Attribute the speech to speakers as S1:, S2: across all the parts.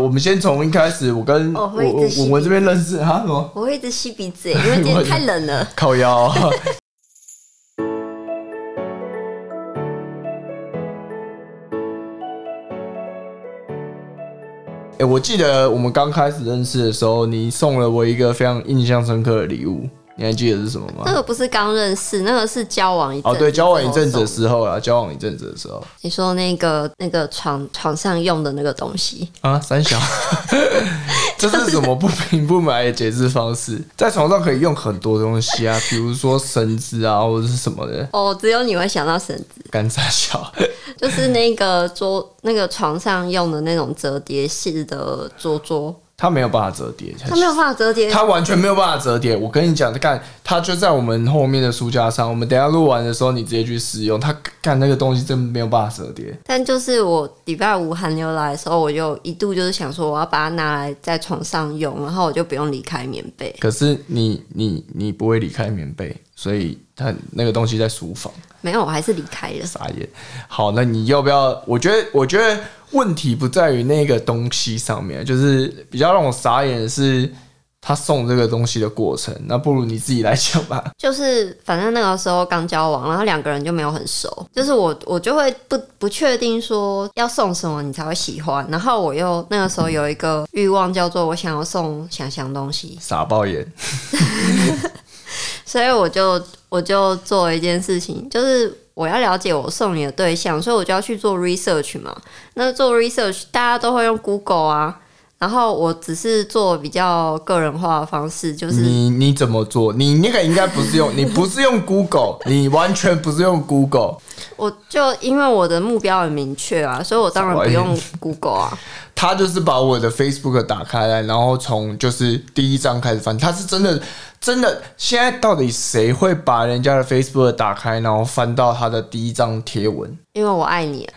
S1: 我们先从一开始，我跟我
S2: 哦会一直
S1: 我
S2: 吸
S1: 我们这边认识 啊什么
S2: 我会一直吸鼻子，欸因为 今天太冷了。
S1: 靠腰 啊，哎、我记得我们刚开始认识的时候，你送了我一个非常印象深刻的礼物，你还记得是什么吗？
S2: 那个不是刚认识，那个是交往一阵
S1: 哦，
S2: 子
S1: 对，交往一阵子的
S2: 之后送
S1: 时候啊，交往一阵子的时候
S2: 你说那个那个床床上用的那个东西，
S1: 啊，三 小，这是什么不明不白的解释方式？在床上可以用很多东西啊，比如说绳子啊，或者是什么的，
S2: 哦，只有你会想到绳子，
S1: 干三小，
S2: 就是那个桌 那个床上用的那种折叠式的桌桌，
S1: 它没有办法折叠，
S2: 它没有办法折叠，
S1: 哎它完全没有办法折叠。我跟你讲，干，它就在我们后面的书架上。我们等一下录完的时候，你直接去试用。它干那个东西真没有办法折叠。
S2: 但就是我礼拜五寒流来的时候，我就一度就是想说我要把它拿来在床上用，然后我就不用离开棉被。
S1: 可是你你你不会离开棉被，所以它那个东西在书房。
S2: 没有，我还是离开了。
S1: 傻眼。好，那你要不要？我觉得，我觉得问题不在于那个东西上面，就是比较让我傻眼的是他送这个东西的过程。那不如你自己来讲吧。
S2: 就是反正那个时候刚交往，然后两个人就没有很熟，就是我我就会不不确定说要送什么你才会喜欢，然后我又那个时候有一个欲望叫做我想要送想想东西，
S1: 傻爆眼，
S2: 所以我就我就做了一件事情，就是我要了解我送你的对象，所以我就要去做 research 嘛。那做 research 大家都会用 Google 啊，然后我只是做比较个人化的方式，就是
S1: 你你怎么做？你那个应该不是用，你不是用 Google，你 完全不是用 Google。
S2: 我就因为我的目标很明确啊，所以我当然不用 Google 啊。
S1: 他就是把我的 Facebook 打开来，然后从就是第一章开始翻。他是真的，真的，现在到底谁会把人家的 Facebook 打开，然后翻到他的第一张贴文？
S2: 因为我爱你，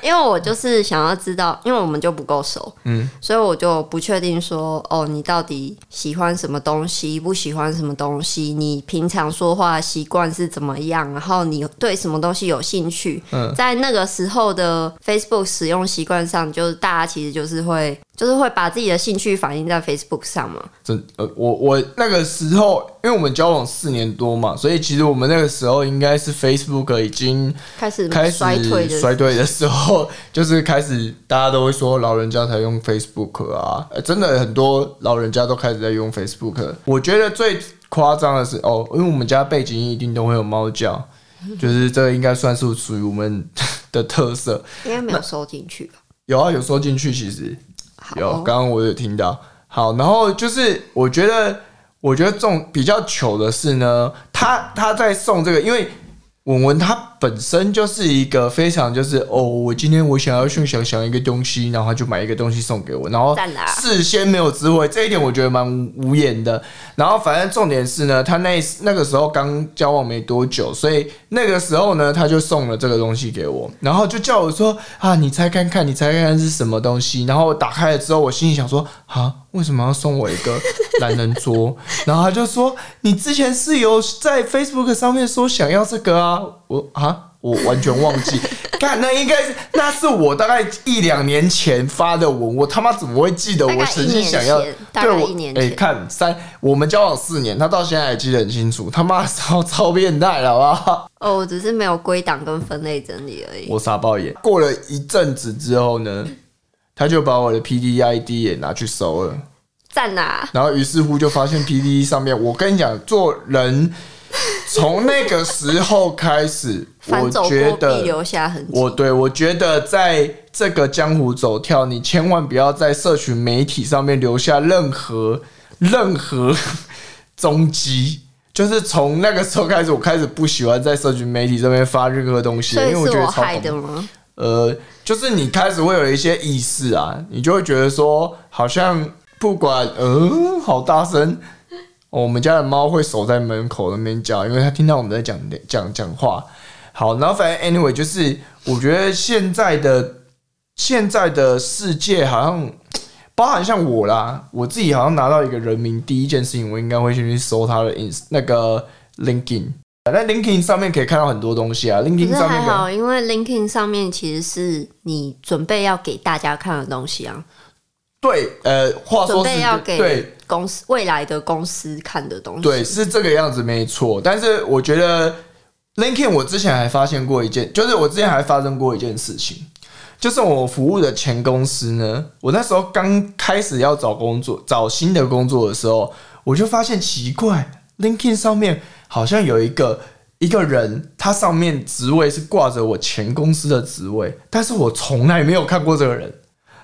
S2: 因为我就是想要知道，因为我们就不够熟，嗯，所以我就不确定说，哦，你到底喜欢什么东西，不喜欢什么东西，你平常说话的习惯是怎么样，然后你对什么东西有兴趣，嗯，在那个时候的 Facebook 使用习惯上，就是大家其实就是会，就是会把自己的兴趣反映在 Facebook 上嘛，
S1: 真呃，我我那个时候，因为我们交往四年多嘛，所以其实我们那个时候应该是 Facebook 已经
S2: 开始
S1: 开始
S2: 嗯衰退的
S1: 衰退的时候， 就是开始大家都会说老人家才用 Facebook 啊，呃真的很多老人家都开始在用 Facebook。我觉得最夸张的是哦，因为我们家背景音一定都会有猫叫，就是这个应该算是属于我们 的特色。
S2: 应该没有收进去吧？
S1: 有啊，有收进去，其实
S2: 好
S1: 有，
S2: 哦，
S1: 刚刚我有听到。好，然后就是我觉得，我觉得重比较糗的是呢，他他在送这个，因为文文他本身就是一个非常就是哦，我今天我想要去想想一个东西，然后他就买一个东西送给我，然后
S2: 赞啦
S1: 事先没有知会，这一点我觉得蛮无言的。然后反正重点是呢，他那那个时候刚交往没多久，所以那个时候呢，他就送了这个东西给我，然后就叫我说啊，你猜看看，你猜看看是什么东西。然后我打开了之后，我心里想说啊，为什么要送我一个懒人桌？然后他就说你之前是有在 Facebook 上面说想要这个啊，我啊。我完全忘记， 看那应该是那是我大概一两年前发的文，我他妈怎么会记得
S2: 大概
S1: 呃我曾经想要
S2: 一年前大
S1: 对
S2: 概
S1: 我
S2: 一年
S1: 哎、
S2: 前
S1: 看三我们交往四年，他到现在还记得很清楚，他妈超超变态了，好不好？
S2: 哦，我只是没有归档跟分类整理而已。
S1: 我傻爆眼。过了一阵子之后呢，他就把我的 PDID 也拿去收了，
S2: 赞啊啦！
S1: 然后于是乎就发现 PD 上面，我跟你讲，做人从那个时候开始，
S2: 反
S1: 我
S2: 走
S1: 觉
S2: 过必
S1: 得。
S2: 留下痕迹。
S1: 我对我觉得在这个江湖走跳，你千万不要在社群媒体上面留下任何任何 踪迹。就是从那个时候开始，我开始不喜欢在社群媒体上面发任何东西，
S2: 所
S1: 因
S2: 以
S1: 为觉
S2: 是
S1: 得
S2: 我
S1: 超
S2: 害
S1: 恐怖
S2: 的吗？
S1: 呃，就是你开始会有一些意识啊，你就会觉得说，好像不管，嗯、好大声。哦我们家的猫会守在门口那边叫，因为它听到我们在讲讲讲话。好，然后反正 anyway，就是我觉得现在的现在的世界好像，包含像我啦，我自己好像拿到一个人名，第一件事情我应该会先去搜他的 ins 那个 linking。那 linking 上面可以看到很多东西啊
S2: 可
S1: ，linking
S2: 是
S1: 上面可
S2: 还
S1: 能
S2: 好，因为 LinkedIn 上面其实是你准备要给大家看的东西啊。
S1: 对，呃，话
S2: 准
S1: 说是
S2: 备要
S1: 对对
S2: 给嗯公司未来的公司看的东西。
S1: 对，是这个样子没错。但是我觉得 LinkedIn 我之前还发现过一件，就是我之前还发生过一件事情，就是我服务的前公司呢，我那时候刚开始要找工作、找新的工作的时候，我就发现奇怪，LinkedIn 上面好像有一个。一个人，他上面职位是挂着我前公司的职位，但是我从来没有看过这个人。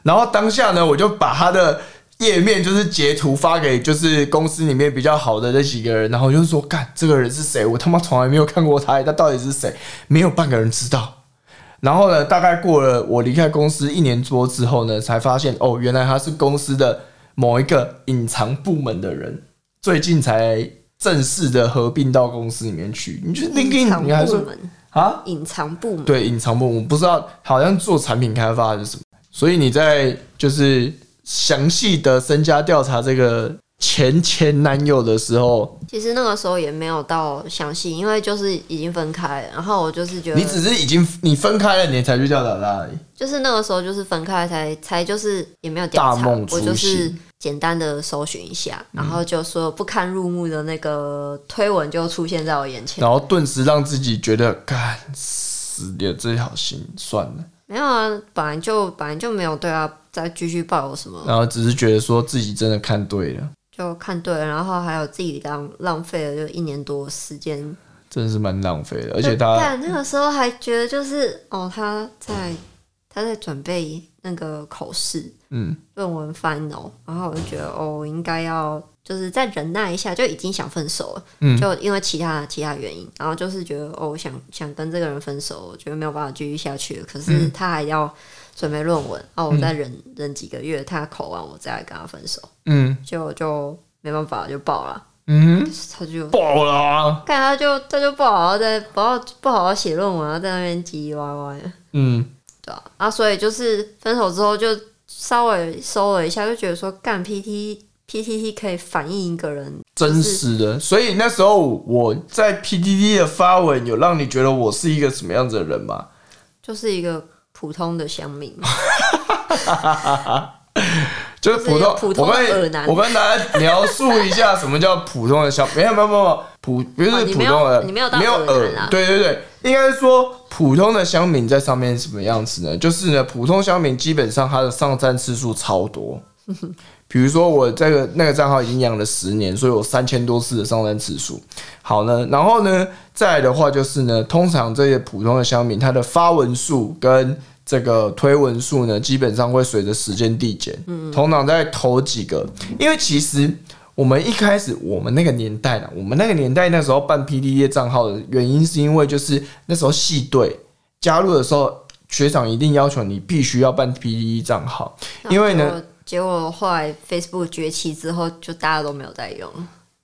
S1: 然后当下呢，我就把他的页面就是截图发给就是公司里面比较好的那几个人，然后就是说，干这个人是谁？我他妈从来没有看过他，他哎到底是谁？没有半个人知道。 然后呢，大概过了我离开公司一年多之后呢，才发现哦，原来他是公司的某一个隐藏部门的人，最近才正式的合并到公司里面去。你觉得
S2: 隐
S1: LinkedIn
S2: 藏
S1: 你还
S2: 部
S1: 说
S2: 门，
S1: 啊？
S2: 隐藏部门，
S1: 对，隐藏部门，我不知道，好像做产品开发还是什么，所以你在就是详细的身家调查这个前前男友的时候，
S2: 其实那个时候也没有到详细，因为就是已经分开了。然后我就是觉得，
S1: 你只是已经你分开了，你才去调查他而已。
S2: 就是那个时候就是分开才才就是也没有调
S1: 大
S2: 查，
S1: 梦
S2: 我
S1: 初醒
S2: 就是简单的搜寻一下，然后就所有不堪入目的那个推文就出现在我眼前。
S1: 然后顿时让自己觉得，干死了这条心，算了。
S2: 没有啊，本来就本来就没有对他再继续抱有什么，
S1: 然后只是觉得说自己真的看对了，
S2: 就看对了，然后还有自己浪浪费了就一年多的时间，
S1: 真的是蛮浪费的。而且
S2: 就
S1: 他
S2: 干那个时候还觉得就是哦，他在他在准备那个口试，
S1: 嗯，
S2: 论文 final，然后我就觉得哦，我应该要就是再忍耐一下，就已经想分手了，
S1: 嗯
S2: 就因为其他其他原因，然后就是觉得哦，我想想跟这个人分手，我觉得没有办法继续下去了，可是他还要准备论文，哦，我再忍、忍几个月，他考完我再跟他分手，
S1: 嗯
S2: 结果就没办法就爆了，
S1: 嗯，
S2: 他就。
S1: 爆了啊，
S2: 看他就他就不好好在不好不好好写论文，然后在那边唧唧歪歪，
S1: 嗯，
S2: 对啊，啊，所以就是分手之后就稍微收了一下，就觉得说干 PT PTT 可以反映一个人，
S1: 真实的。所以那时候我在 PDD 的发文，有让你觉得我是一个什么样子的人吗？
S2: 就是一个普通的乡民，
S1: 就是普通，
S2: 就是一个普通
S1: 我
S2: 的
S1: 跟
S2: 耳
S1: 你
S2: 男
S1: 我跟大家描述一下什么叫普通的小， 没有没有没有没有普，不是
S2: 哦你
S1: 普
S2: 没有
S1: 通的，
S2: 你没有到
S1: 没有
S2: 耳男
S1: 耳
S2: 啊
S1: 对对对，应该是说普通的乡民在上面什么样子呢？就是呢，普通乡民基本上他的上站次数超多。 比如说我这个那个账号已经养了十年，所以我三千多次的上单次数。好呢，然后呢，再来的话就是呢，通常这些普通的乡民，他的发文数跟这个推文数呢，基本上会随着时间递减。嗯，通常在头几个，因为其实我们一开始我们那个年代啦，我们那个年代那时候办 PDD 账号的原因，是因为就是那时候系队加入的时候，学长一定要求你必须要办 PDD 账号，因为呢
S2: 然。后结果，结果后来 Facebook 崛起之后，就大家都没有在用，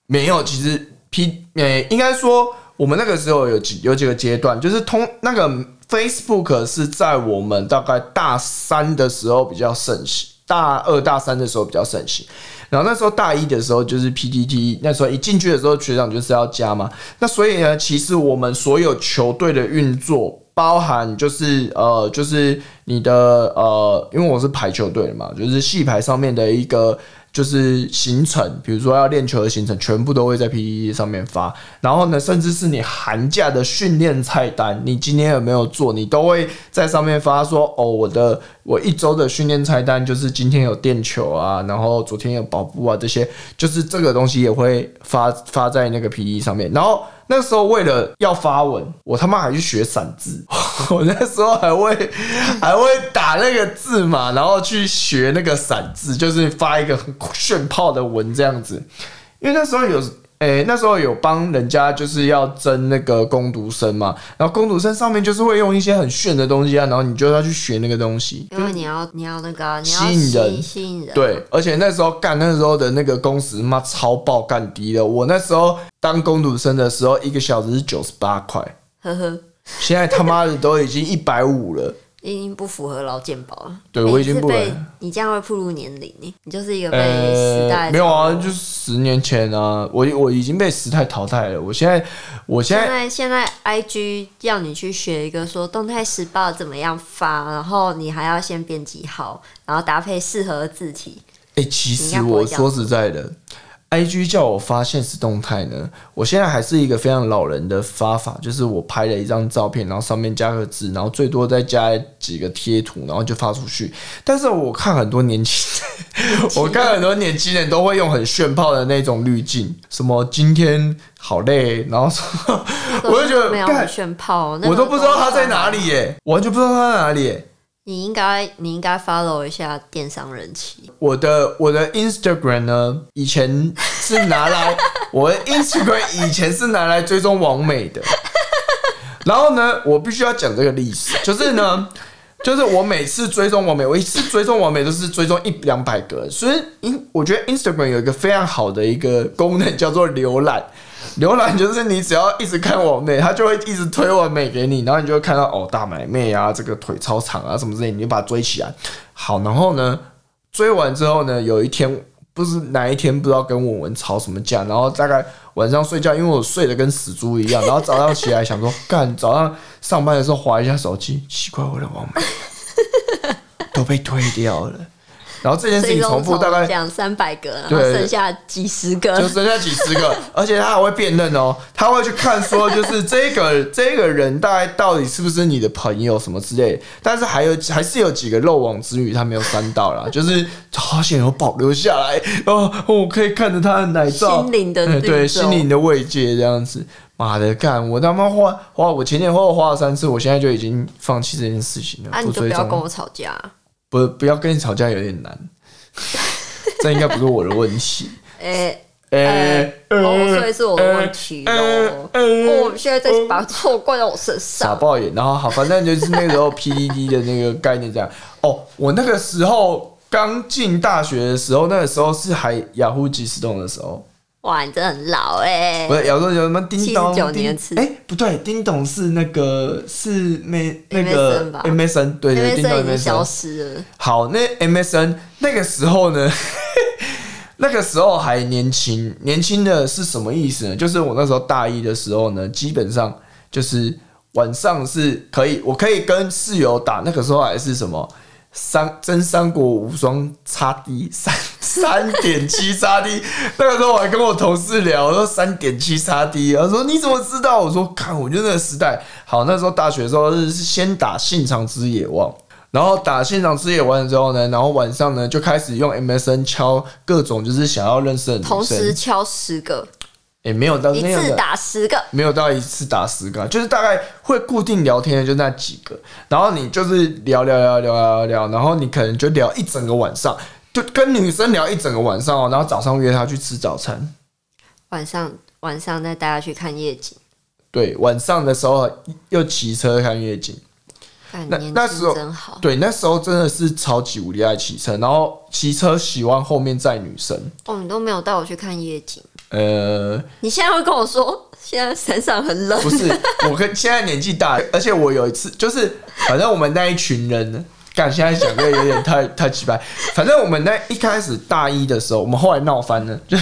S1: 没有，其实 P 呃、应该说我们那个时候有几有几个阶段，就是通那个 Facebook 是在我们大概大三的时候比较盛行，大二大三的时候比较盛行。然后那时候大一的时候就是 PTT，那时候一进去的时候学长就是要加嘛。那所以呢，其实我们所有球队的运作，包含就是呃，就是你的呃，因为我是排球队的嘛，就是系排上面的一个就是行程，比如说要练球的行程，全部都会在 PTT 上面发。然后呢，甚至是你寒假的训练菜单，你今天有没有做，你都会在上面发说哦，我的我一周的训练菜单就是今天有垫球啊，然后昨天有跑步啊，这些就是这个东西也会发发在那个 PE 上面。然后那时候为了要发文，我他妈还去学散字， 我那时候还会还会打那个字嘛，然后去学那个散字，就是发一个很炫炮的文这样子。因为那时候有，诶、那时候有帮人家就是要争那个攻读生嘛，然后攻读生上面就是会用一些很炫的东西啊，然后你就要去学那个东西。
S2: 因为你要你要那个啊、你要
S1: 吸引人
S2: 吸引人，
S1: 对，而且那时候干那时候的那个工时妈超爆干低的，我那时候 当攻读生的时候，一个小时是九十八块，
S2: 呵呵，
S1: 现在他妈的都已经一百五了。
S2: 已经不符合劳健保了。
S1: 对
S2: 哎
S1: 我已
S2: 你是
S1: 经不
S2: 被
S1: 能
S2: 你这样会步入年龄，你你就是一个被时代、
S1: 呃，没有啊，就是十年前啊，我我已经被时代淘汰了，我现在我现
S2: 现
S1: 在
S2: 在现在 I G 要你去学一个说动态时报怎么样发，然后你还要先编辑好，然后搭配适合的字体，
S1: 哎、其
S2: 你应该
S1: 实
S2: 不会
S1: 我
S2: 这样
S1: 说实在的，IG 叫我发现实动态呢，我现在还是一个非常老人的发法，就是我拍了一张照片，然后上面加个字，然后最多再加几个贴图，然后就发出去。但是我看很多年轻， 我看很多年轻人都会用很炫炮的那种滤镜，什么今天 好累，然后说，我就觉得
S2: 没有
S1: 干
S2: 很炫炮，那个
S1: 我都不知道他在哪里耶、我完全不知道他在哪里耶、
S2: 你应该你应该 follow 一下电商人气，
S1: 我的我的 Instagram 呢，以前是拿 来我的 Instagram 以前是拿来追踪王美的。然后呢，我必须要讲这个历史，就是 呢，就是我每次追踪王美，我一次追踪王美都是追踪一两百个，所以因我觉得 Instagram 有一个非常好的一个功能叫做浏览。浏览就是你只要一直看完美，它就会一直推完美给你，然后你就会看到哦大奶妹啊，这个腿超长啊什么之类，你就把它追起来。好，然后呢，追完之后呢，有一天不是哪一天不知道跟文文吵什么架，然后大概晚上睡觉，因为我睡得跟死猪一样，然后早上起来想说，干早上上班的时候划一下手机，奇怪我的网美都被推掉了，然后这件事
S2: 所以
S1: 情
S2: 都
S1: 重复大概
S2: 两三百个，然后
S1: 对
S2: 剩下几十
S1: 就
S2: 个，
S1: 剩下几十个，而且他还会辨认哦，他会去看说，就是这个这个人大概到底是不是你的朋友什么之类的。但是还有还是有几个漏网之鱼，他没有删到啦，就是好险有保留下来哦，我可以看着他的奶罩，
S2: 心灵的
S1: 哎对
S2: 绿洲
S1: 心灵的慰藉这样子。妈的，干！我他妈花花，我前前后后花了三次，我现在就已经放弃这件事情了。
S2: 啊，你就
S1: 追
S2: 不要
S1: 踪
S2: 跟我吵架。
S1: 不不要跟你吵架，有点 难。这应该不是我的问题。
S2: 哎、
S1: 哎、
S2: 哦，所以是我的问题喽、
S1: 呃呃
S2: 哦我现在在把错怪到我身
S1: 傻
S2: 上。
S1: 爆眼，然后好，反正就是那时 候 PDD 的那个概念这样。哦，我那个时候刚进大学的时候，那个时候是还雅虎即时通的时候，
S2: 哇，你真的很老哎、
S1: 不是雅虎有什么叮咚
S2: 79
S1: 叮
S2: 年次
S1: 哎、不对，叮咚是那个是没那
S2: MSN
S1: 个
S2: 吧
S1: MSN 对
S2: 因
S1: 对，
S2: 为
S1: 叮
S2: 这
S1: 咚
S2: 已经消
S1: MSN。
S2: 失了。
S1: 好，那 MSN 那个时候呢， 那个时候还年轻，年轻的是什么意思呢？就是我那时候大一的时候呢，基本上就是晚上是可以，我可以跟室友打。那个时候还是什么三真三国无双叉 D 三三点七叉 D，那个时候我还跟我同事聊，我说三点七叉 D，他说你怎么知道？我说看，我就那个时代。好，那时候大学的时候是先打信长之野望。然后打现场之夜完了之后呢，然后晚上呢就开始用 MSN 敲各种就是想要认识的女
S2: 同时
S1: 生，
S2: 敲十个，
S1: 也没有到那
S2: 一
S1: 样
S2: 次
S1: 的，
S2: 打十个，
S1: 没有到一次打十个啊，就是大概会固定聊天的就那几个，然后你就是聊聊聊聊聊聊，然后你可能就聊一整个晚上，就跟女生聊一整个晚上哦，然后早上约她去吃早餐，
S2: 晚上晚上再带他去看夜景。
S1: 对，晚上的时候又骑车看夜景。
S2: 哎
S1: 那
S2: 年
S1: 那时候
S2: 轻真好，
S1: 对，那时候真的是超级无力爱骑车，然后骑车喜欢后面载女生，
S2: 哦，你都没有带我去看夜景，
S1: 呃，
S2: 你现在会跟我说 现在山上很冷
S1: 不，是，我跟现在年纪大，而且我有一次就是，反正我们那一群人呢，干现在讲这个有点太太奇怪。反正我们那一开始大一的时候，我们后来闹翻了，就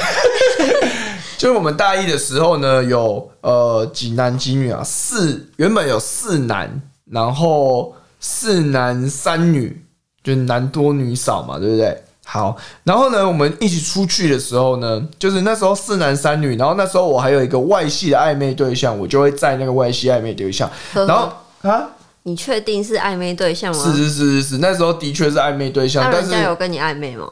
S1: 就是我们大一的时候呢，有呃几男几女啊，四原本有四男，然后四男三女，就是男多女少嘛，对不对？好，然后呢，我们一起出去的时候呢，就是那时候四男三女，然后那时候我还有一个外系的暧昧对象，我就会在那个外系暧昧对象，
S2: 呵呵
S1: 然后啊，
S2: 你确定是暧昧对象
S1: 是
S2: 吗？
S1: 是是是是，那时候的确是暧昧对象
S2: 那，
S1: 但
S2: 人
S1: 是
S2: 家有跟你暧昧吗？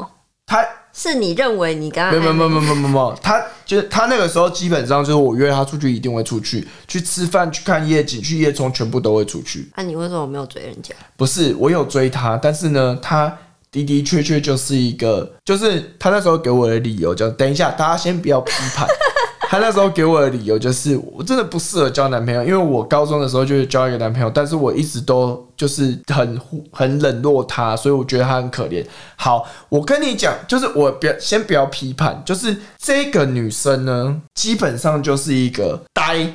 S1: 他
S2: 是你认为你跟他
S1: 没
S2: 暧
S1: 有没有没
S2: 昧？
S1: 有没有没有没有没有，他就是他那个时候基本上就是我约他出去一定会出去，去吃饭、去看夜景、去夜冲，全部都会出去。
S2: 啊那、你为什么没有追人家？
S1: 不是，我有追他，但是呢，他的的确确就是一个，就是他那时候给我的理由叫，等一下，大家先不要批判。 他那时候给我的理由就是，我真的不适合交男朋友，因为我高中的时候就是交一个男朋友，但是我一直都就是很忽很冷落他，所以我觉得他很可怜。好，我跟你讲，就是我不要先不要批判，就是这个女生呢，基本上就是一个呆，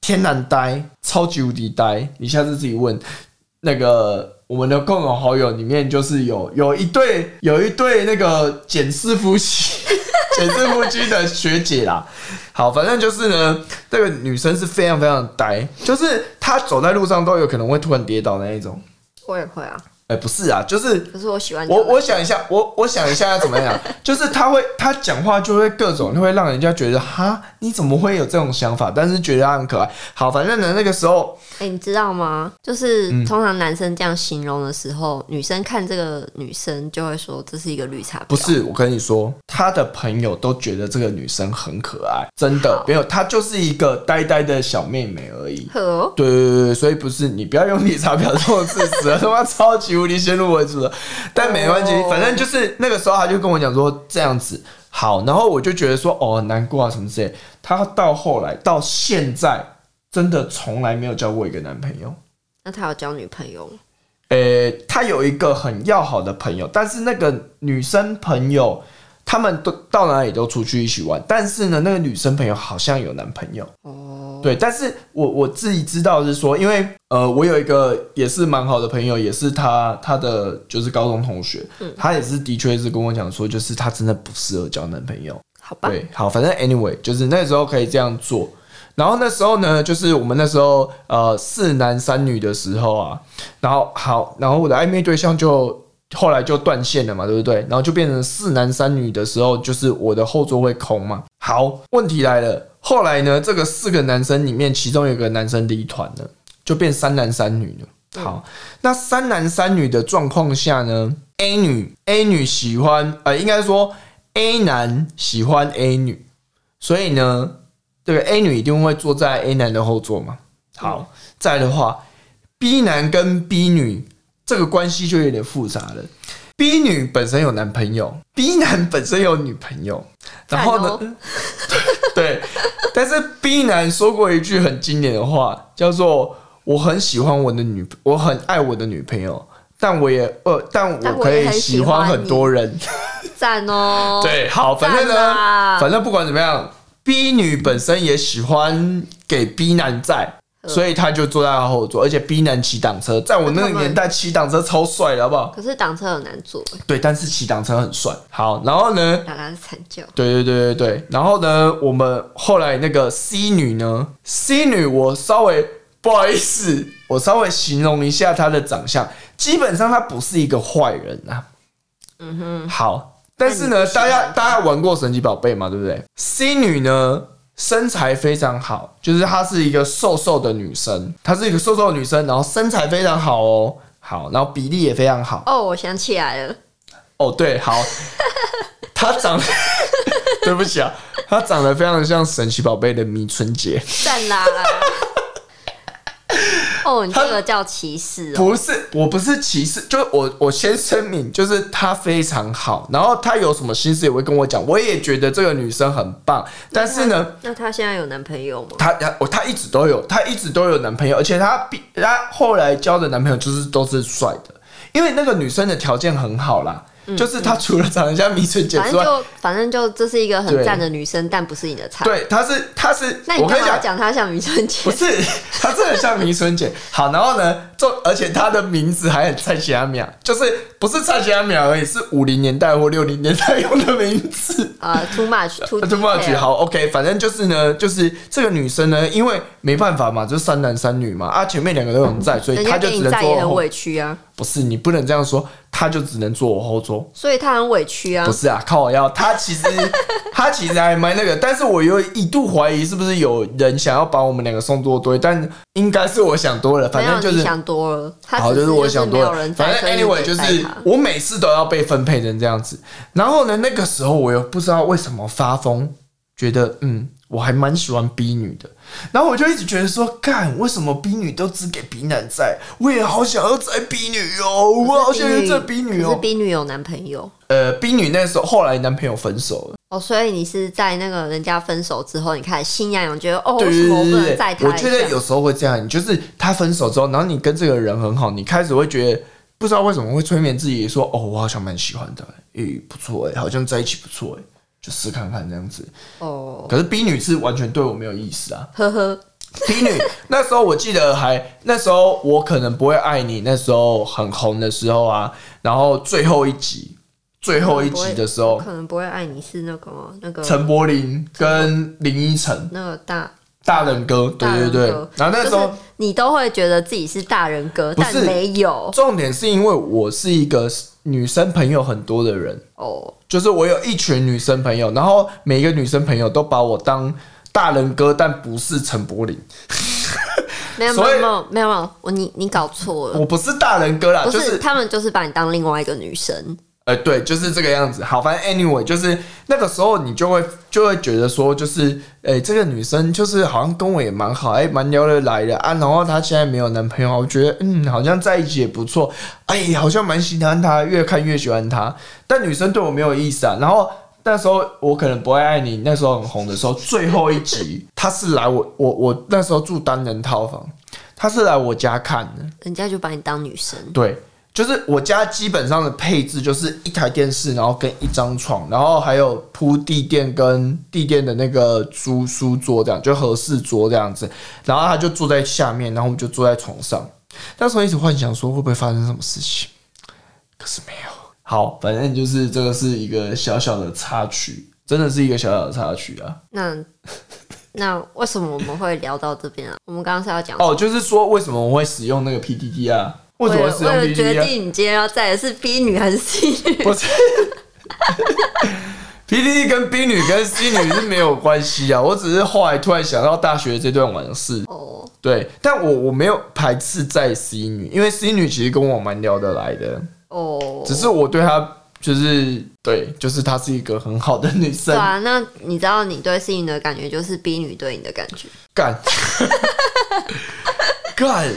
S1: 天然呆，超级无敌呆。你下次自己问，那个我们的共同好友里面，就是有有一对有一对那个简氏夫妻，简氏夫妻的学姐啦。好，反正就是呢，那个女生是非常非常呆，就是她走在路上都有可能会突然跌倒那一种。
S2: 我也会啊，
S1: 哎、不是啊，就是
S2: 可是我喜欢啊
S1: 我
S2: 这样
S1: 我想一下，我我想一下要怎么样，就是他会他讲话就会各种，会让人家觉得哈，你怎么会有这种想法？但是觉得他很可爱。好，反正呢那个时候，
S2: 哎、你知道吗？就是
S1: 嗯
S2: 通常男生这样形容的时候，女生看这个女生就会说这是一个绿茶婊。
S1: 不是我跟你说，他的朋友都觉得这个女生很可爱，真的没有，她就是一个呆呆的小妹妹而已。
S2: 呵哦，
S1: 对对对对，所以不是你不要用理查表这种字词了，他妈超级无敌先入为主的。但没关系
S2: 哦，
S1: 反正就是那个时候他就跟我讲说这样子好，然后我就觉得说哦很难过啊什么之类。他到后来到现在真的从来没有交过一个男朋友。
S2: 那他有交女朋友吗？
S1: 呃、他有一个很要好的朋友，但是那个女生朋友他们都到哪里都出去一起玩，但是呢，那个女生朋友好像有男朋友。
S2: 哦，
S1: 对，但是我我自己知道是说，因为呃，我有一个也是蛮好的朋友，也是他他的就是高中同学，他也是的确是跟我讲说，就是他真的不适合交男朋友。
S2: 好吧，
S1: 对，好，反正 anyway，就是那时候可以这样做。然后那时候呢，就是我们那时候呃四男三女的时候啊，然后好，然后我的暧昧对象就后来就断线了嘛，对不对？然后就变成四男三女的时候，就是我的后座会空嘛。好，问题来了，后来呢，这个四个男生里面，其中有个男生离团了，就变三男三女了。好，那三男三女的状况下呢，A 女 A 女喜欢呃，应该说 A 男喜欢 A 女，所以呢，这个 A 女一定会坐在 A 男的后座嘛。
S2: 嗯
S1: 好，再来的话，B 男跟 B 女这个关系就有点复杂了。B 女本身有男朋友，B 男本身有女朋友，然后呢，
S2: 赞哦
S1: 对，但是 B 男说过一句很经典的话，叫做“我很喜欢我的女，我很爱我的女朋友，但我也呃，但
S2: 但
S1: 我
S2: 我
S1: 可
S2: 也
S1: 以
S2: 很
S1: 喜
S2: 喜
S1: 欢
S2: 欢
S1: 很
S2: 你
S1: 多人”，
S2: 赞哦。，
S1: 对，好，反正呢
S2: 赞啦，
S1: 反正不管怎么样，B 女本身也喜欢给 B 男载，
S2: 嗯
S1: 所以她就坐在她后座，而且 B 男骑挡车，在我那个年代骑挡车超帅的，好不好？
S2: 可是挡车很难坐，
S1: 对，但是骑挡车很帅。好，然后呢？
S2: 打他是惨叫。
S1: 对对对对对，然后呢，我们后来那个 C 女呢，C 女我稍微不好意思，我稍微形容一下她的长相，基本上她不是一个坏人啊。嗯哼，好，但是
S2: 那
S1: 呢
S2: 你，不喜
S1: 大
S2: 欢
S1: 家
S2: 她
S1: 大家玩过神奇宝贝嘛，对不对？C 女呢身材非常好，就是她是一个瘦瘦的女生，她是一个瘦瘦的女生，然后身材非常好哦，好，然后比例也非常好。
S2: 哦，我想起来了，
S1: 哦，对，好， 他长得， 对不起啊，他长得非常像神奇宝贝的米春姐，
S2: 赞 啦！哦，你这个叫歧视哦。
S1: 不是，我不是歧视，就是我我先声明，就是她非常好，然后她有什么心事也会跟我讲，我也觉得这个女生很棒，但是呢，
S2: 那她现在有男朋友吗？
S1: 她她我她一直都有，她一直都有男朋友，而且她比她后来交的男朋友就是都是帅的，因为那个女生的条件很好啦，就是她除了长得像米春姐
S2: 嗯反
S1: 之
S2: 正
S1: 外，
S2: 就反正就这是一个
S1: 对
S2: 很赞的女生，但不是你的菜。
S1: 对，她是她是，
S2: 那
S1: 我
S2: 你
S1: 跟
S2: 干
S1: 你讲
S2: 嘛要。讲她像余春姐
S1: 不？是，她真的像明春姐。好，然后呢，就而且她的名字还很蔡奇阿淼，就是不是蔡奇阿淼而已，是五零年代或六零年代用的名字。
S2: 呃，too much，too
S1: 那就不要举
S2: detail
S1: 好，OK，反正就是呢，就是这个女生呢，因为没办法嘛，就是三男三女嘛，啊，前面两个都有人在，所以
S2: 嗯人
S1: 她
S2: 家
S1: 就
S2: 给
S1: 只
S2: 你
S1: 能
S2: 在
S1: 坐
S2: 也
S1: 我
S2: 很
S1: 后。
S2: 委屈啊，
S1: 不是，你不能这样说，她就只能坐我后座。
S2: 所以她很委屈啊
S1: 不。是啊，靠我腰，他其实 他其实还蛮那个，但是我又一度怀疑是不是有人想要把我们两个送作堆，但应该是我想多了，反正就
S2: 没有你
S1: 是。
S2: 想多了，她
S1: 好，
S2: 只
S1: 就是我想
S2: 没
S1: 多
S2: 有
S1: 了
S2: 人，在，
S1: 反正
S2: 所以你
S1: anyway
S2: 得
S1: 就是
S2: 带她
S1: 我每次都要被分配成这样子。然后呢，那个时候我又不知道为什么发疯，觉得嗯，我还蛮喜欢 B 女的。然后我就一直觉得说，干为什么 B 女都只给 B 男在？我也好想要在 B 女哦，我好
S2: 可是
S1: 想要在 B 女
S2: 可是
S1: 哦。
S2: B 女有男朋友
S1: 呃，B 女那时候后来男朋友分手了。
S2: 哦，所以你是在那个人家分手之后，你开始信仰，你觉得哦，
S1: 对
S2: 为什
S1: 对
S2: 么我不
S1: 对
S2: 能
S1: 对
S2: 再
S1: 对，
S2: 他
S1: 我
S2: 一
S1: 觉得
S2: 下
S1: 有时候会这样，就是他分手之后，然后你跟这个人很好，你开始会觉得不知道为什么会催眠自己说，哦，我好像蛮喜欢的，诶、不错诶、好像在一起不错诶、就试看看这样子。
S2: 哦，
S1: 可是 B 女是完全对我没有意思啊，
S2: 呵呵，
S1: B 女那时候我记得还那时候我可能不会爱你，那时候很红的时候啊，然后最后一集最后一集的时候，
S2: 我可能不会爱你是那个吗那个
S1: 陈柏霖跟林依晨。
S2: 那个大
S1: 大人哥，对
S2: 大
S1: 对
S2: 人
S1: 对
S2: 哥。
S1: 然后那时
S2: 就是
S1: 候
S2: 你都会觉得自己是大人哥，
S1: 不是
S2: 但没有
S1: 重点是因为我是一个女生朋友很多的人，
S2: 哦，
S1: 就是我有一群女生朋友，然后每一个女生朋友都把我当大人哥，但不是陈柏霖，
S2: 没有没
S1: 所以
S2: 有没有没有没有，我你你搞错了，
S1: 我不是大人哥啦，
S2: 不
S1: 就是是
S2: 他们就是把你当另外一个女生，
S1: 呃，对，就是这个样子。好，反正 anyway，就是那个时候你就会就会觉得说，就是哎、这个女生就是好像跟我也蛮好，哎、蛮聊得来的啊。然后她现在没有男朋友，我觉得嗯，好像在一起也不错，哎、好像蛮喜欢她，越看越喜欢她。但女生对我没有意思啊。然后那时候我可能不会爱你，那时候很红的时候，最后一集她是来我我我那时候住单人套房，她是来我家看的。
S2: 人家就把你当女生，
S1: 对，就是我家基本上的配置就是一台电视，然后跟一张床，然后还有铺地垫跟地垫的那个书书桌这样，就合适桌这样子。然后他就坐在下面，然后我们就坐在床上。那时候一直幻想说会不会发生什么事情，可是没有。好，反正就是这个是一个小小的插曲，真的是一个小小的插曲啊。
S2: 那。那为什么我们会聊到这边啊？我们刚刚是要讲
S1: 哦，就是说为什么我会使用那个 PDD 啊？为什么会使
S2: 为
S1: 用
S2: 了为
S1: PDD
S2: 了决
S1: 啊？
S2: 定你今天要在的是 B 女还是 C 女，
S1: 不是。P D D 跟 B 女跟 C 女是没有关系啊，我只是后来突然想到大学这段往事，
S2: 哦，
S1: 对，但我我没有排斥在 C 女，因为 C 女其实跟我蛮聊得来的，
S2: 哦，
S1: 只是我对她就是对，就是她是一个很好的女
S2: 对
S1: 生，
S2: 啊，那你知道你对 C 女的感觉就是 B 女对你的感觉，
S1: 干 干，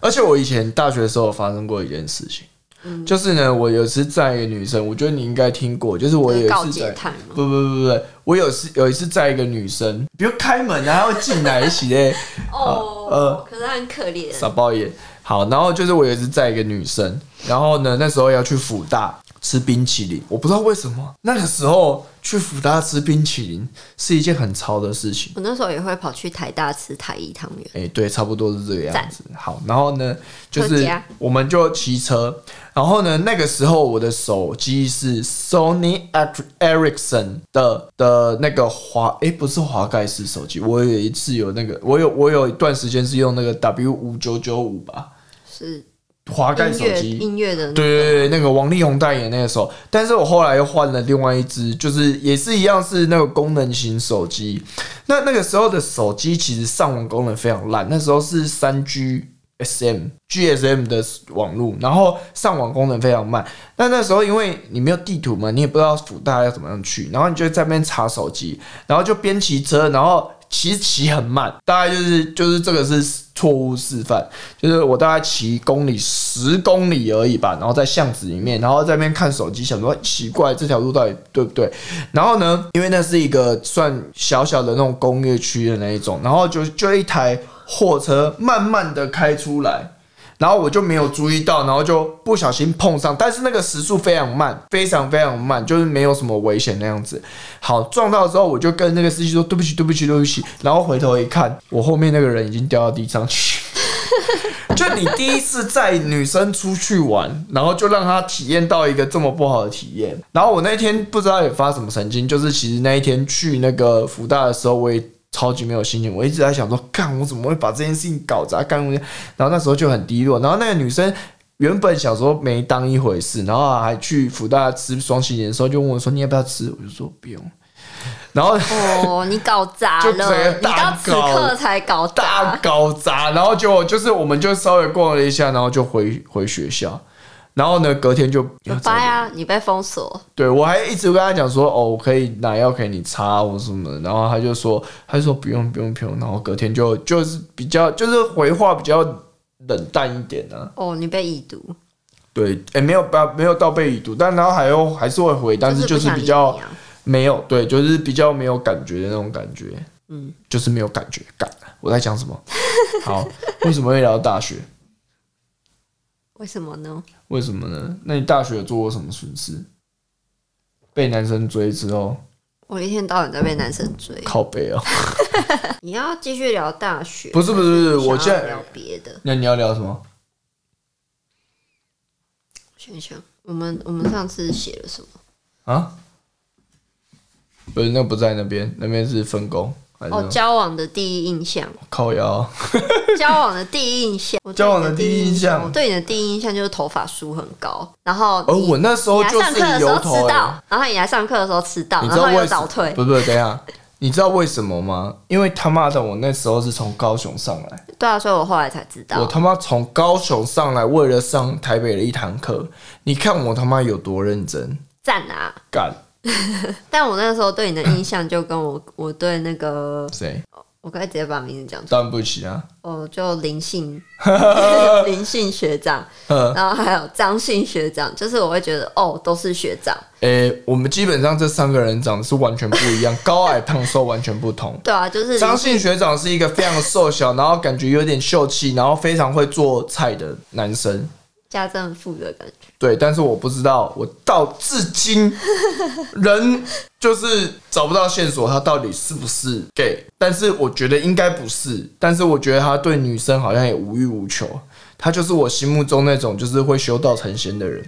S1: 而且我以前大学的时候有发生过一件事情，
S2: 嗯
S1: 就是呢，我有一次在一个女生，我觉得你应该听过，就是我有一
S2: 告
S1: 次
S2: 解
S1: 在。
S2: 探嘛。
S1: 不不不不不，我有次有一次载一个女生，比如开门然后进来一起 嘞，
S2: 哦，
S1: 呃
S2: 可是她很可怜，
S1: 傻包眼。好，然后就是我有一次载一个女生，然后呢那时候要去福大吃冰淇淋，我不知道为什么那个时候去福大吃冰淇淋是一件很潮的事情。
S2: 我那时候也会跑去台大吃台一汤圆，
S1: 哎、对，差不多是这个样子。好，然后呢，就
S2: 客
S1: 是
S2: 家
S1: 我们就骑车，然后呢，那个时候我的手机是 Sony Eric- Ericsson 的的那个滑，哎、不是滑盖式手机，我有一次有那个，我有我有一段时间是用那个 W 五九九五吧，
S2: 是
S1: 滑盖
S2: 音
S1: 手
S2: 乐
S1: 机，
S2: 音乐的那
S1: 对对对，那个王力宏代言那个时候，但是我后来又换了另外一只，就是也是一样是那个功能型手机。那那个时候的手机其实上网功能非常烂，那时候是三 G。SM GSM 的网路，然后上网功能非常慢。那那时候因为你没有地图嘛，你也不知道福大要怎么样去，然后你就在那边查手机，然后就边骑车，然后其实骑很慢，大概就是就是这个是错误示范，就是我大概骑公里十公里而已吧，然后在巷子里面，然后在那边看手机，想说哎奇怪这条路到底对不对？然后呢，因为那是一个算小小的那种工业区的那一种，然后就就一台货车慢慢的开出来。然后我就没有注意到，然后就不小心碰上，但是那个时速非常慢，非常非常慢，就是没有什么危险那样子。好，撞到之后我就跟那个司机说对不起，对不起，对不起。然后回头一看，我后面那个人已经掉到地上去。 就你第一次载女生出去玩，然后就让她体验到一个这么不好的体验。然后我那天不知道也发什么神经，就是其实那一天去那个福大的时候，我也超级没有心情，我一直在想说，干我怎么会把这件事情搞砸？干我，然后那时候就很低落。然后那个女生原本小时候没当一回事，然后还去福大吃双喜年的时候，就问我说你要不要吃，我就说不用。 然后
S2: 哦，你搞砸
S1: 就整
S2: 了，
S1: 个
S2: 你
S1: 大
S2: 到此刻才搞
S1: 大
S2: 砸，
S1: 搞砸，然后结果就是我们就稍微逛了一下，然后就回回学校。然后呢，隔天就
S2: 拜拜啊！你被封锁，
S1: 对我还一直跟他讲说，哦，我可以拿药给你擦或什么的，然后他就说，他就说不用不用不用，然后隔天就就是比较就是回话比较冷淡一点啊，
S2: 哦，你被已读，
S1: 对，哎，没有把没有到被已读，但然后还有还是会回，但是
S2: 就
S1: 就是是
S2: 不想理
S1: 比
S2: 你
S1: 较
S2: 啊
S1: 没有对，就是比较没有感觉的那种感觉，嗯，就是没有感觉感。我在讲什么？好，为什么会聊到大学？
S2: 为什么呢？
S1: 为什么呢？那你大学有做过什么损失？被男生追之后
S2: 我一天到晚在被男生追，
S1: 靠背哦、
S2: 你要继续聊大学？
S1: 不是不是不是，
S2: 还是
S1: 我
S2: 你
S1: 现
S2: 想要
S1: 在
S2: 聊别的。
S1: 那你要聊什么？
S2: 想想，我们我们上次写了什么？
S1: 啊？不是，那不在那边，那边是分工。还是
S2: 哦，交往的第一印象，
S1: 靠腰？
S2: 交往的第一印象，我对
S1: 交往
S2: 你
S1: 的
S2: 的
S1: 第一印象
S2: 我对你的第一印象就是头发梳很高，然后
S1: 而
S2: 你
S1: 哦我那时候
S2: 你来
S1: 就
S2: 上
S1: 是
S2: 课的时
S1: 油
S2: 候
S1: 头
S2: 迟
S1: 欸
S2: 到，然后你来上课的时候迟到，
S1: 你
S2: 然
S1: 知道
S2: 后
S1: 为
S2: 又
S1: 什
S2: 早退，
S1: 不不，等一下，你知道为什么吗？因为他妈的，我那时候是从高雄上来，
S2: 对啊，所以我后来才知
S1: 我
S2: 道，
S1: 他妈从高雄上来，为了上台北的一堂课，你看我他妈有多认真
S2: 赞啊！
S1: 干
S2: 但我那时候对你的印象就跟我我对那个，
S1: 谁？
S2: 我可以直接把名字讲出来，
S1: 当然不起啊，
S2: 哦，就林信 林信学长，
S1: 嗯
S2: 然后还有张信学长，就是我会觉得哦，都是学长，
S1: 诶、我们基本上这三个人长得是完全不一样， 高矮胖瘦完全不同。
S2: 对啊，就是林
S1: 张信学长是一个非常瘦小，然后感觉有点秀气，然后非常会做菜的男生。
S2: 家政妇的感觉，
S1: 对，但是我不知道，我到至今人就是找不到线索，他到底是不是 gay？但是我觉得应该不是，但是我觉得他对女生好像也无欲无求，他就是我心目中那种就是会修道成仙的 人，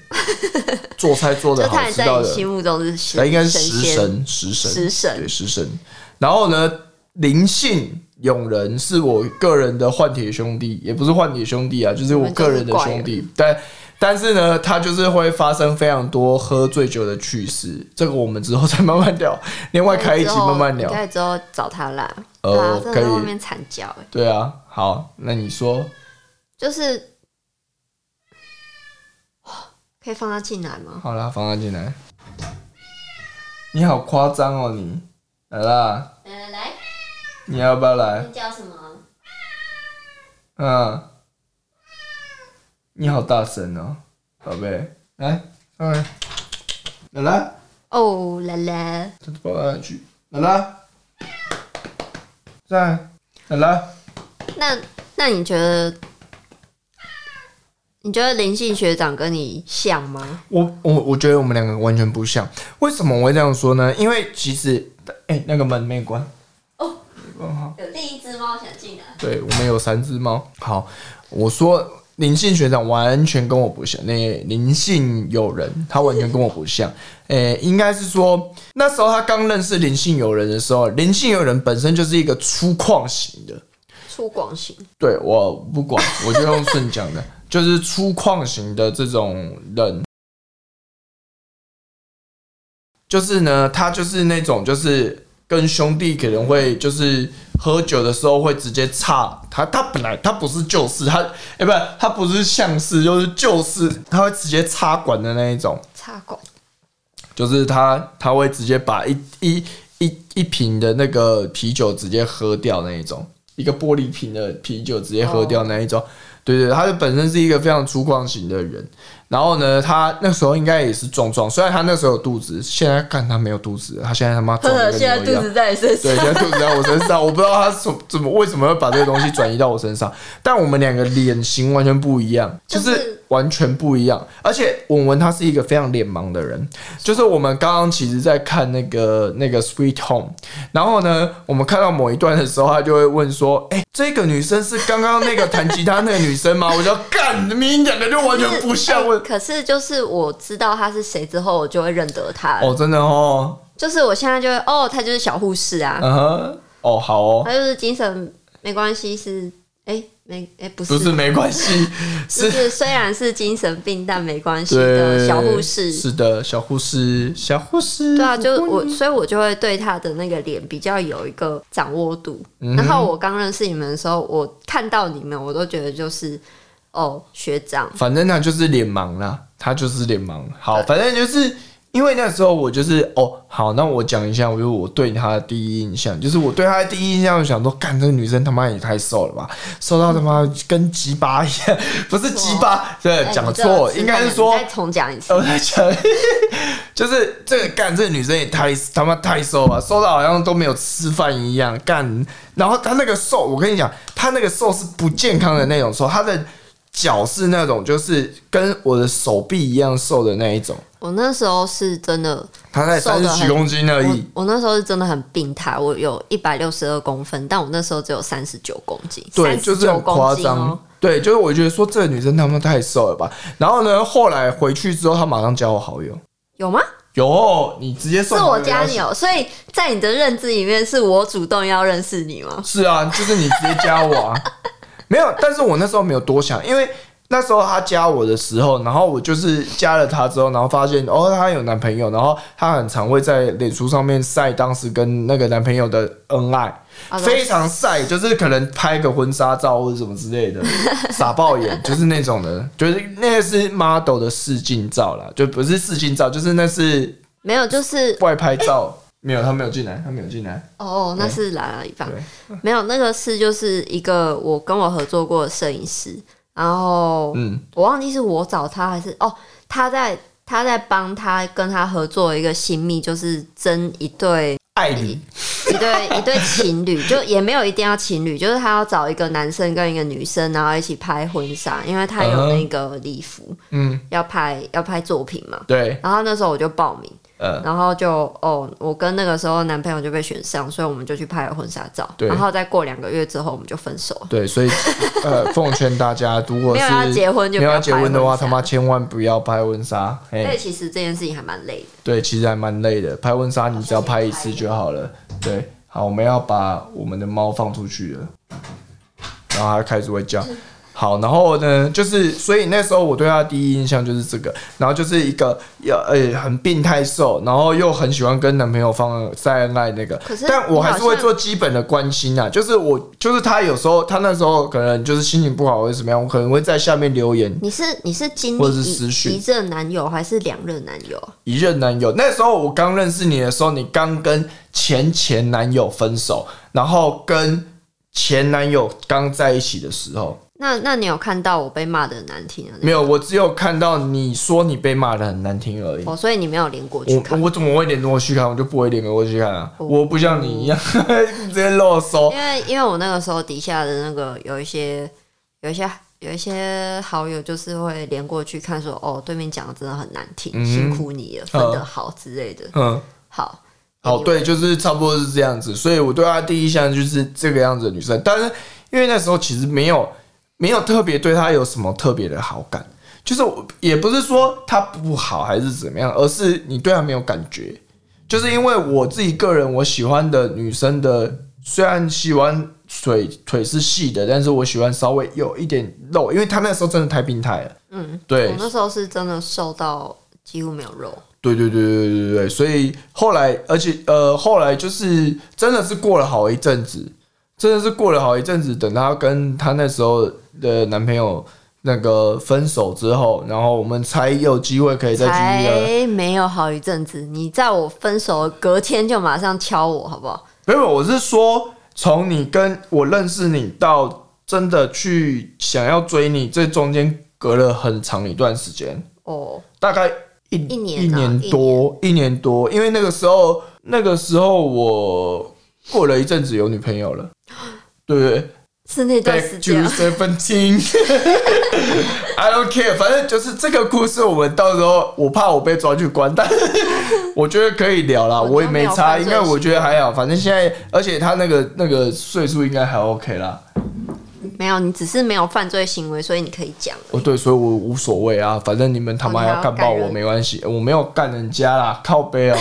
S1: 做菜做
S2: 就
S1: 的好
S2: 他也
S1: 吃
S2: 在
S1: 到
S2: 你心
S1: 的，
S2: 目中是神，
S1: 他应该是
S2: 神
S1: 食
S2: 仙
S1: 神，食神，
S2: 食神
S1: 对食神。然后呢，林信。永仁是我个人的换铁兄弟，也不是换铁兄弟啊，就是我个人的兄弟。但但是呢，他就是会发生非常多喝醉酒的趣事，这个我们之后再慢慢聊，另外开一集慢慢聊
S2: 你。可以哎之后找他啦，
S1: 呃
S2: 对啊，真
S1: 可
S2: 的
S1: 以
S2: 在外面惨叫哎，
S1: 对啊，好，那你说
S2: 就是哦可以放他进来吗？
S1: 好啦，放他进来。你好夸张哦，你来啦，
S2: 呃，来，
S1: 你要不要来？
S2: 你叫什么？
S1: 嗯，你好大声哦，宝贝，来上来，奶奶，
S2: 哦，来来，
S1: 这抱到哪去？奶奶，在，奶奶，
S2: 那那你觉得？你觉得林信学长跟你像吗？
S1: 我我我觉得我们两个完全不像，为什么我会这样说呢？因为其实，哎、那个门没关，
S2: 哦，
S1: 关好。
S2: 有第一只猫想进来，
S1: 对，我们有三只猫。好，我说林信学长完全跟我不像，那林信友人他完全跟我不像。 诶、应该是说那时候他刚认识林信友人的时候，林信友人本身就是一个粗犷型的。
S2: 出广型，
S1: 对我不管， 我就用顺讲的，就是粗犷型的这种人。就是呢，他就是那种，就是跟兄弟可能会就是喝酒的时候会直接岔他，他本来他不是就是他，哎、不，他不是像是，就是就是他会直接插管的那一种，
S2: 插管，
S1: 就是他他会直接把一一一一瓶的那个啤酒直接喝掉那一种，一个玻璃瓶的啤酒直接喝掉那一种。对对，他就本身是一个非常粗犷型的人。然后呢，他那时候应该也是壮壮，虽然他那时候有肚子，现在看他没有肚子，他现在他妈
S2: 呵
S1: 壮
S2: 呵，
S1: 的跟
S2: 现在
S1: 牛一
S2: 肚
S1: 样。
S2: 子在你身
S1: 对，
S2: 上，
S1: 现在肚子在我身上，我不知道他怎么怎么为什么会把这个东西转移到我身上，但我们两个脸型完全不一样，就
S2: 就是是
S1: 完全不一样。而且文文他是一个非常脸盲的人，就是我们刚刚其实在看那个那个 Sweet Home，然后呢，我们看到某一段的时候，他就会问说：“哎、这个女生是刚刚那个弹吉他那个女生吗？”我就要干，明明两个就完全不像。
S2: 哎
S1: 我
S2: 可是就是我知道他是谁之后，我就会认得他了。
S1: 哦，真的哦，
S2: 就是我现在就会哦，他就是小护士啊，
S1: 嗯哼，哦，好哦。
S2: 他就是精神没关系是哎、没哎、不是
S1: 不是没关系，
S2: 就是是虽然是精神病但没关系
S1: 对，
S2: 的小护士。
S1: 是的，小护士，小护士。
S2: 对啊，就我，所以我就会对他的那个脸比较有一个掌握度。
S1: 嗯
S2: 然后我刚认识你们的时候，我看到你们，我都觉得就是哦，学长，
S1: 反正他就是脸盲啦，他就是脸盲。好，反正就是因为那时候我就是哦，好，那我讲一下，我就是我对他的第一印象，就是我对他的第一印象，我想说，干这个女生他妈也太瘦了吧，瘦到他妈跟鸡巴一样，不是鸡巴，对，
S2: 哎
S1: 讲
S2: 你这个
S1: 错，
S2: 吃
S1: 应该
S2: 饭
S1: 是
S2: 了
S1: 说
S2: 你再重讲一次
S1: 我。在讲，就是这个干，这个女生也太他妈太瘦了吧，瘦到好像都没有吃饭一样干。然后她那个瘦，我跟你讲，她那个瘦是不健康的那种瘦，她的脚是那种就是跟我的手臂一样瘦的那一种，
S2: 我那时候是真的
S1: 她才
S2: 瘦
S1: 三十
S2: 得很
S1: 几公斤而已。
S2: 我。我那时候是真的很病态，我有一百六十二公分，但我那时候只有三十九公斤，
S1: 对，
S2: 39
S1: 就是很夸
S2: 公斤
S1: 张。
S2: 哦。
S1: 对，就是我觉得说这个女生她们太瘦了吧。然后呢，后来回去之后，她马上加我好友。
S2: 有吗？
S1: 有，哦你直接
S2: 是
S1: 送
S2: 我
S1: 给
S2: 加
S1: 邀
S2: 你
S1: 请
S2: 哦、所以在你的认知里面，是我主动要认识你吗？
S1: 是啊，就是你直接加我 啊，没有，但是我那时候没有多想，因为那时候她加我的时候，然后我就是加了她之后，然后发现哦，她有男朋友，然后她很常会在脸书上面晒当时跟那个男朋友的恩爱，
S2: 啊
S1: 非常晒，就是可能拍个婚纱照或者什么之类的， 傻爆眼，就是那种的，就是那个是 model 的试镜照啦，就不是试镜照，就是那是
S2: 没有，就是
S1: 外拍照。没有，他没有进来，他没有进来。
S2: 哦，那是来了一半。
S1: 对，
S2: 没有，那个是就是一个我跟我合作过的摄影师，然后
S1: 嗯，
S2: 我忘记是我找他还是哦，他在他在帮他跟他合作一个新密，就是争一对
S1: 爱你，
S2: 一对一对情侣，就也没有一定要情侣，就是他要找一个男生跟一个女生，然后一起拍婚纱，因为他有那个礼服
S1: 嗯，
S2: 要拍要拍作品嘛。
S1: 对，
S2: 然后那时候我就报名，
S1: 呃，
S2: 然后就哦，我跟那个时候男朋友就被选上，所以我们就去拍了婚纱照。
S1: 对
S2: 然后再过两个月之后，我们就分手了。
S1: 对，所以呃，奉劝大家，如果
S2: 没
S1: 是
S2: 有要结婚就
S1: 没
S2: 不
S1: 有
S2: 要
S1: 要结婚的话，
S2: 拍
S1: 他
S2: 婚纱
S1: 妈千万不要拍婚纱。
S2: 所以
S1: 哎，
S2: 其实这件事情还蛮累的。
S1: 对，其实还蛮累的，拍婚纱你只要拍一次就好了。对，好，我们要把我们的猫放出去了，然后它开始会叫。
S2: 嗯
S1: 好，然后呢，就是所以那时候我对他的第一印象就是这个，然后就是一个要呃、很病态瘦，然后又很喜欢跟男朋友放在恩爱那个
S2: 可是，
S1: 但我还是
S2: 你好
S1: 会
S2: 像
S1: 做基本的关心啊，就是我就是他有时候他那时候可能就是心情不好或者怎么样，我可能会在下面留言
S2: 你是你是经
S1: 或者是
S2: 历
S1: 私
S2: 一
S1: 讯
S2: 一任男友还是两任男友啊？
S1: 一任男友。那时候我刚认识你的时候，你刚跟前前男友分手，然后跟前男友刚在一起的时候，
S2: 那那你有看到我被骂的难听啊？
S1: 没有，我只有看到你说你被骂的很难听而已。
S2: 哦，所以你没有连过去
S1: 我
S2: 看，
S1: 我怎么会连过去看？我就不会连过去看啊！
S2: 哦
S1: 我不像你一样 直接啰嗦。
S2: 因为因为我那个时候底下的那个有一些有一些有一些好友就是会连过去看说，哦，对面讲的真的很难听，
S1: 嗯
S2: 辛苦你了，分得好之类的。
S1: 嗯，
S2: 好，
S1: 好，
S2: anyway，
S1: 哦对，就是差不多是这样子。所以我对她第一印象就是这个样子的女生，但是因为那时候其实没有没有特别对她有什么特别的好感，就是我也不是说她不好还是怎么样，而是你对她没有感觉。就是因为我自己个人，我喜欢的女生的虽然喜欢腿腿是细的，但是我喜欢稍微有一点肉，因为她那时候真的太病态了。
S2: 嗯，
S1: 对
S2: 我那时候是真的瘦到几乎没有肉。
S1: 对对对对对对对，所以后来，而且呃，后来就是真的是过了好一阵子，真的是过了好一阵子，等她跟她那时候的男朋友那个分手之后，然后我们才有机会可以再继续的。
S2: 才没有好一阵子，你在我分手隔天就马上敲我，好不好？
S1: 没有，我是说从你跟我认识你到真的去想要追你，这中间隔了很长一段时间。
S2: 哦，
S1: 大概一
S2: 一年
S1: 一
S2: 啊
S1: 年多一年多，因为那个时候那个时候我过了一阵子有女朋友 了，对不对
S2: 是那段
S1: ？Back to
S2: 时间 啊，
S1: seventeen，I don't care，反正就是这个故事，我们到时候我怕我被抓去关，但我觉得可以聊啦，
S2: 我都
S1: 我也没差，
S2: 没有犯
S1: 应
S2: 罪
S1: 该我觉得还好，反正现在而且他那个那个岁数应该还 OK 啦，
S2: 没有，你只是没有犯罪行为，所以你可以讲。
S1: 哦，对，所以我无所谓啊，反正你们他妈
S2: 哦你还
S1: 要
S2: 要
S1: 干爆
S2: 干
S1: 我
S2: 人
S1: 没关系，我没有干人家啦，靠背 哦。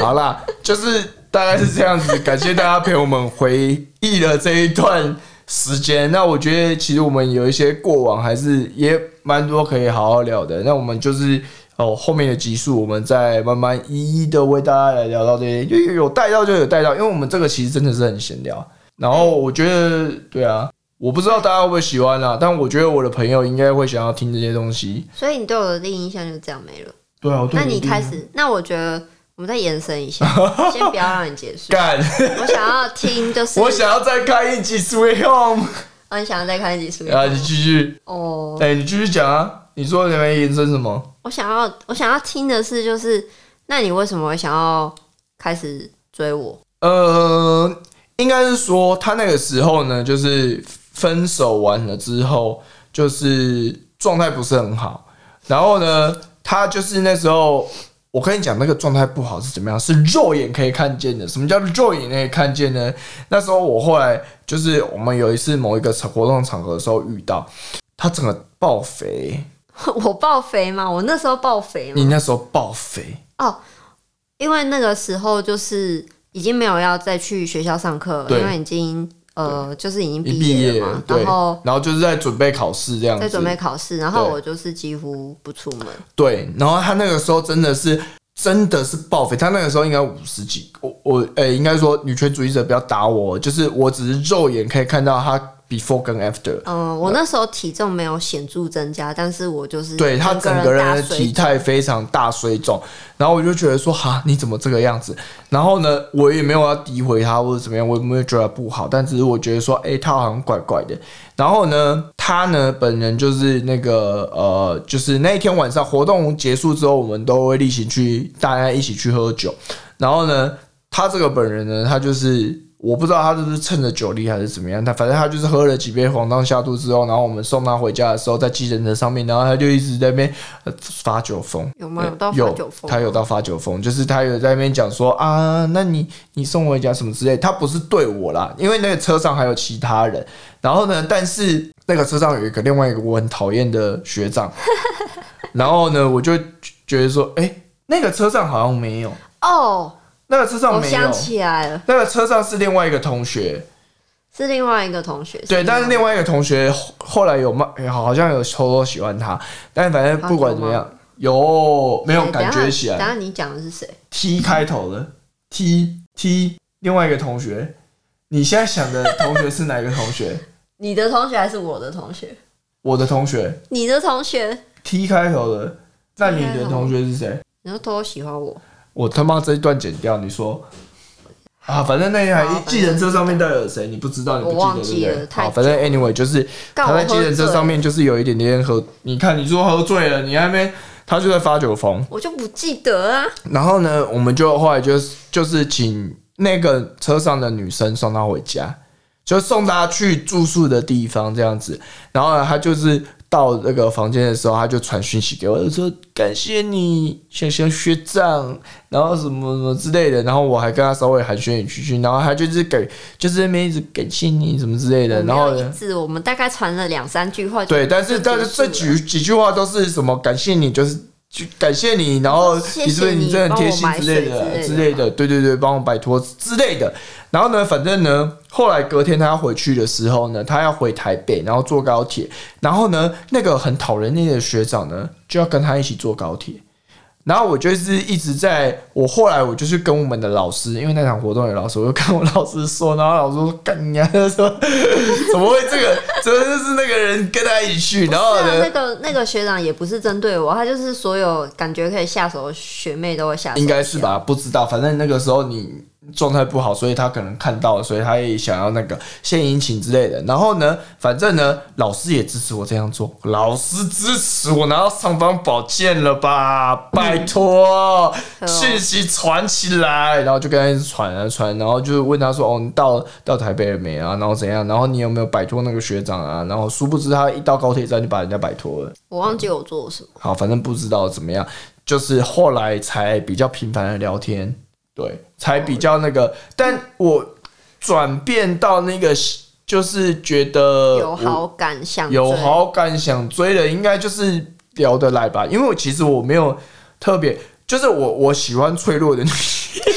S1: 好啦，就是大概是这样子，感谢大家陪我们回忆了这一段时间。那我觉得其实我们有一些过往还是也蛮多可以好好聊的。那我们就是。哦，后面的集数我们再慢慢一一的为大家来聊到这些，就有带到就有带到，因为我们这个其实真的是很闲聊。然后我觉得，对啊，我不知道大家会不会喜欢啊，但我觉得我的朋友应该会想要听这些东西。
S2: 所以你对我的第一印象就这样没了。
S1: 对啊，我对
S2: 那你
S1: 一定
S2: 开始，那我觉得我们再延伸一下， 先不要让你结束。
S1: 干，
S2: 我想要听，就是
S1: 我想要再开一集 Sweet Home
S2: 哦，你想要再看几次？
S1: 啊！你继续，
S2: 哦，
S1: 哎、你继续讲啊！你说你们延伸什么？
S2: 我想要，我想要听的是，就是那你为什么会想要开始追我？
S1: 呃，应该是说他那个时候呢，就是分手完了之后，就是状态不是很好。然后呢，他就是那时候，我跟你讲，那个状态不好是怎么样，是肉眼可以看见的。什么叫肉眼可以看见呢？那时候我后来就是我们有一次某一个活动场合的时候遇到，他整个爆肥，
S2: 我爆肥吗？我那时候爆肥吗？
S1: 你那时候爆肥，
S2: 哦，因为那个时候就是已经没有要再去学校上课了，
S1: 对
S2: 因为已经呃就是已经
S1: 一
S2: 毕业
S1: 业
S2: 了嘛，
S1: 对，
S2: 然后
S1: 然后就是在准备考试这样子，
S2: 在准备考试，然后
S1: 对
S2: 我就是几乎不出门，
S1: 对，然后他那个时候真的是真的是报废，他那个时候应该五十几，我我诶、应该说女权主义者不要打我，就是我只是肉眼可以看到他 before 跟 after，
S2: 嗯、我那时候体重没有显著增加，但是我就是
S1: 对他整
S2: 个
S1: 个人
S2: 人大
S1: 的
S2: 水
S1: 体态非常大水肿，然后我就觉得说哈，你怎么这个样子？然后呢，我也没有要诋毁他或者怎么样，我也没有觉得不好，但只是我觉得说，哎、他好像怪怪的。然后呢，他呢本人就是那个呃，就是那一天晚上活动结束之后，我们都会例行去大家一起去喝酒。然后呢，他这个本人呢，他就是我不知道他就是趁着酒力还是怎么样，他反正他就是喝了几杯黄汤下肚之后，然后我们送他回家的时候，在计程车上面，然后他就一直在那边呃发酒疯。
S2: 有吗？有到
S1: 呃
S2: 发
S1: 有
S2: 酒疯
S1: 他有到发酒疯，就是他有在那边讲说啊，那你你送我回家什么之类，他不是对我啦，因为那个车上还有其他人。然后呢，但是那个车上有一个另外一个我很讨厌的学 长，然后呢，我就觉得说，哎、那个车上好像没有，
S2: 哦，
S1: 那个车上
S2: 我
S1: 没有
S2: 想，起来了，
S1: 那个车上是另外一个同学，
S2: 是另外一个同学，
S1: 对，
S2: 吗
S1: 但是另外一个同学后后来有骂，哎好像有偷偷喜欢他，但反正不管怎么样，有没有
S2: 哎
S1: 感觉
S2: 等一下
S1: 起来
S2: 等一下你讲的是谁？
S1: ？T 开头的 T T，另外一个同学，你现在想的同学是哪个同 学？
S2: 你的同学还是我的同学？
S1: 我的同学
S2: 你的同学，
S1: T 开头的，那你
S2: T 开
S1: 的
S2: 头
S1: 同学是谁？
S2: 你说偷偷喜欢我，
S1: 我他妈这一段剪掉，你说。啊，反正那一台
S2: 好
S1: 计程车上面到底有谁，你不知道，你不
S2: 我忘
S1: 记
S2: 记
S1: 得
S2: 了
S1: 对不对？
S2: 太
S1: 好，反正 anyway 就是
S2: 干
S1: 他
S2: 我
S1: 在
S2: 喝
S1: 计
S2: 醉
S1: 程车上，面就是有一点点喝，你看你说喝醉了，你还没，他就在发酒疯。
S2: 我就不记得啊。
S1: 然后呢，我们就后来就是就是请那个车上的女生送她回家，就送她去住宿的地方这样子。然后呢，她就是到那个房间的时候，她就传讯息给我，就说感谢你，想想学长，然后什么什么之类的。然后我还跟她稍微寒暄一句，然后她就是给就是那边一直感谢你什么之类的。
S2: 我没
S1: 然后
S2: 有
S1: 呢
S2: 一，致，我们大概传了两三句话就。
S1: 对，但是但是这
S2: 就结束了
S1: 几几句话都是什么？感谢你，就是就感谢你，然后
S2: 谢
S1: 你是不是
S2: 谢
S1: 你
S2: 你
S1: 真的很
S2: 帮
S1: 贴
S2: 我
S1: 心
S2: 买
S1: 之类
S2: 水
S1: 的
S2: 之
S1: 之
S2: 类
S1: 类的，对对对，帮我摆脱之类的。然后呢，反正呢，后来隔天他回去的时候呢，他要回台北，然后坐高铁，然后呢，那个很讨人厌的学长呢，就要跟他一起坐高铁。然后我就是一直在，我后来我就是跟我们的老师，因为那场活动有老师，我就跟我老师说，然后老师说干你啊，他说 怎么会这个，怎么就是那个人跟他一起去，然后
S2: 对啊，
S1: 呢
S2: 那，个那个学长也不是针对我，他就是所有感觉可以下手的学妹都会下手，
S1: 应该是？吧，不知道，反正那个时候你状态不好，所以他可能看到了，所以他也想要那个献殷勤之类的。然后呢，反正呢，老师也支持我这样做，老师支持我拿到尚方宝剑了吧？ 拜托，
S2: 嗯
S1: 讯息传起来，然后就跟他一直传啊传，然后就问他说：“哦，你到到台北了没啊？然后怎样？然后你有没有摆脱那个学长啊？”然后殊不知他一到高铁站就把人家摆脱了。
S2: 我忘记我做了什么。
S1: 好，反正不知道怎么样，就是后来才比较频繁的聊天，对，才比较那个。但我转变到那个，就是觉得
S2: 有
S1: 我
S2: 好感想
S1: 呃有
S2: 追
S1: 好感想追的，应该就是聊得来吧。因为我其实我没有特别，就是我我喜欢脆弱的女，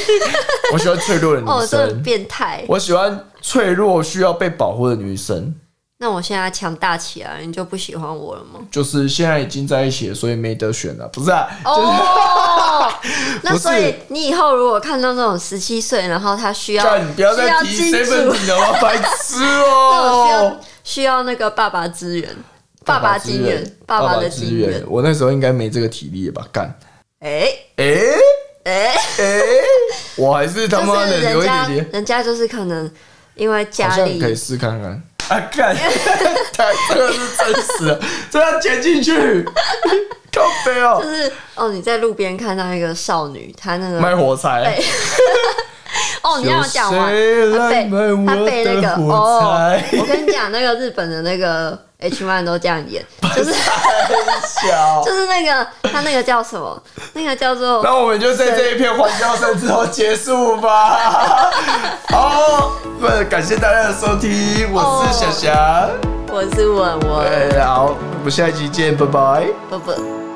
S1: 我喜欢脆弱的女
S2: 哦，这很
S1: 生，
S2: 变态。
S1: 我喜欢脆弱需要被保护的女生。
S2: 那我现在强大起来，你就不喜欢我了 吗？
S1: 就是现在已经在一起了，所以没得选了，不是啊？
S2: 哦，
S1: 不
S2: 那
S1: 是
S2: 所以你以后如果看到那种十七岁，然后他需要
S1: 叫你不要再提 s e
S2: 需要金
S1: v e
S2: 主
S1: n，了，我白痴
S2: 那种
S1: 哦、
S2: 需要需要那个爸爸支援，爸爸金援，爸
S1: 爸
S2: 爸
S1: 爸
S2: 的
S1: 资
S2: 金援
S1: 源。。我那时候应该没这个体力了吧？干，
S2: 哎
S1: 哎、
S2: 哎，
S1: 哎、我还是他妈
S2: 就
S1: 的
S2: 是
S1: 留
S2: 人
S1: 一
S2: 家
S1: 点点，
S2: 人家就是可能因为
S1: 好
S2: 家
S1: 像可以
S2: 里
S1: 试看看。啊， 干，太这个是真实的，这要剪进去，靠背哦、
S2: 就是哦，你在路边看到一个少女，她那个
S1: 卖火 柴。
S2: 被哦，你让我讲完，
S1: 有谁
S2: 她
S1: 来
S2: 被
S1: 买我
S2: 她被那
S1: 的
S2: 个
S1: 火
S2: 哦
S1: 柴，
S2: 我跟你讲，那个日本的那个 H man 都这样 演，就是
S1: 太小
S2: 就。是那个他那个叫什么？那个叫做
S1: 那我们就在这一片欢笑声之后结束吧。 好，那感谢大家的收听，我
S2: 哦
S1: 是小霞。
S2: 我是文文，
S1: 哎，好，我们下一集见，拜拜。
S2: 不不。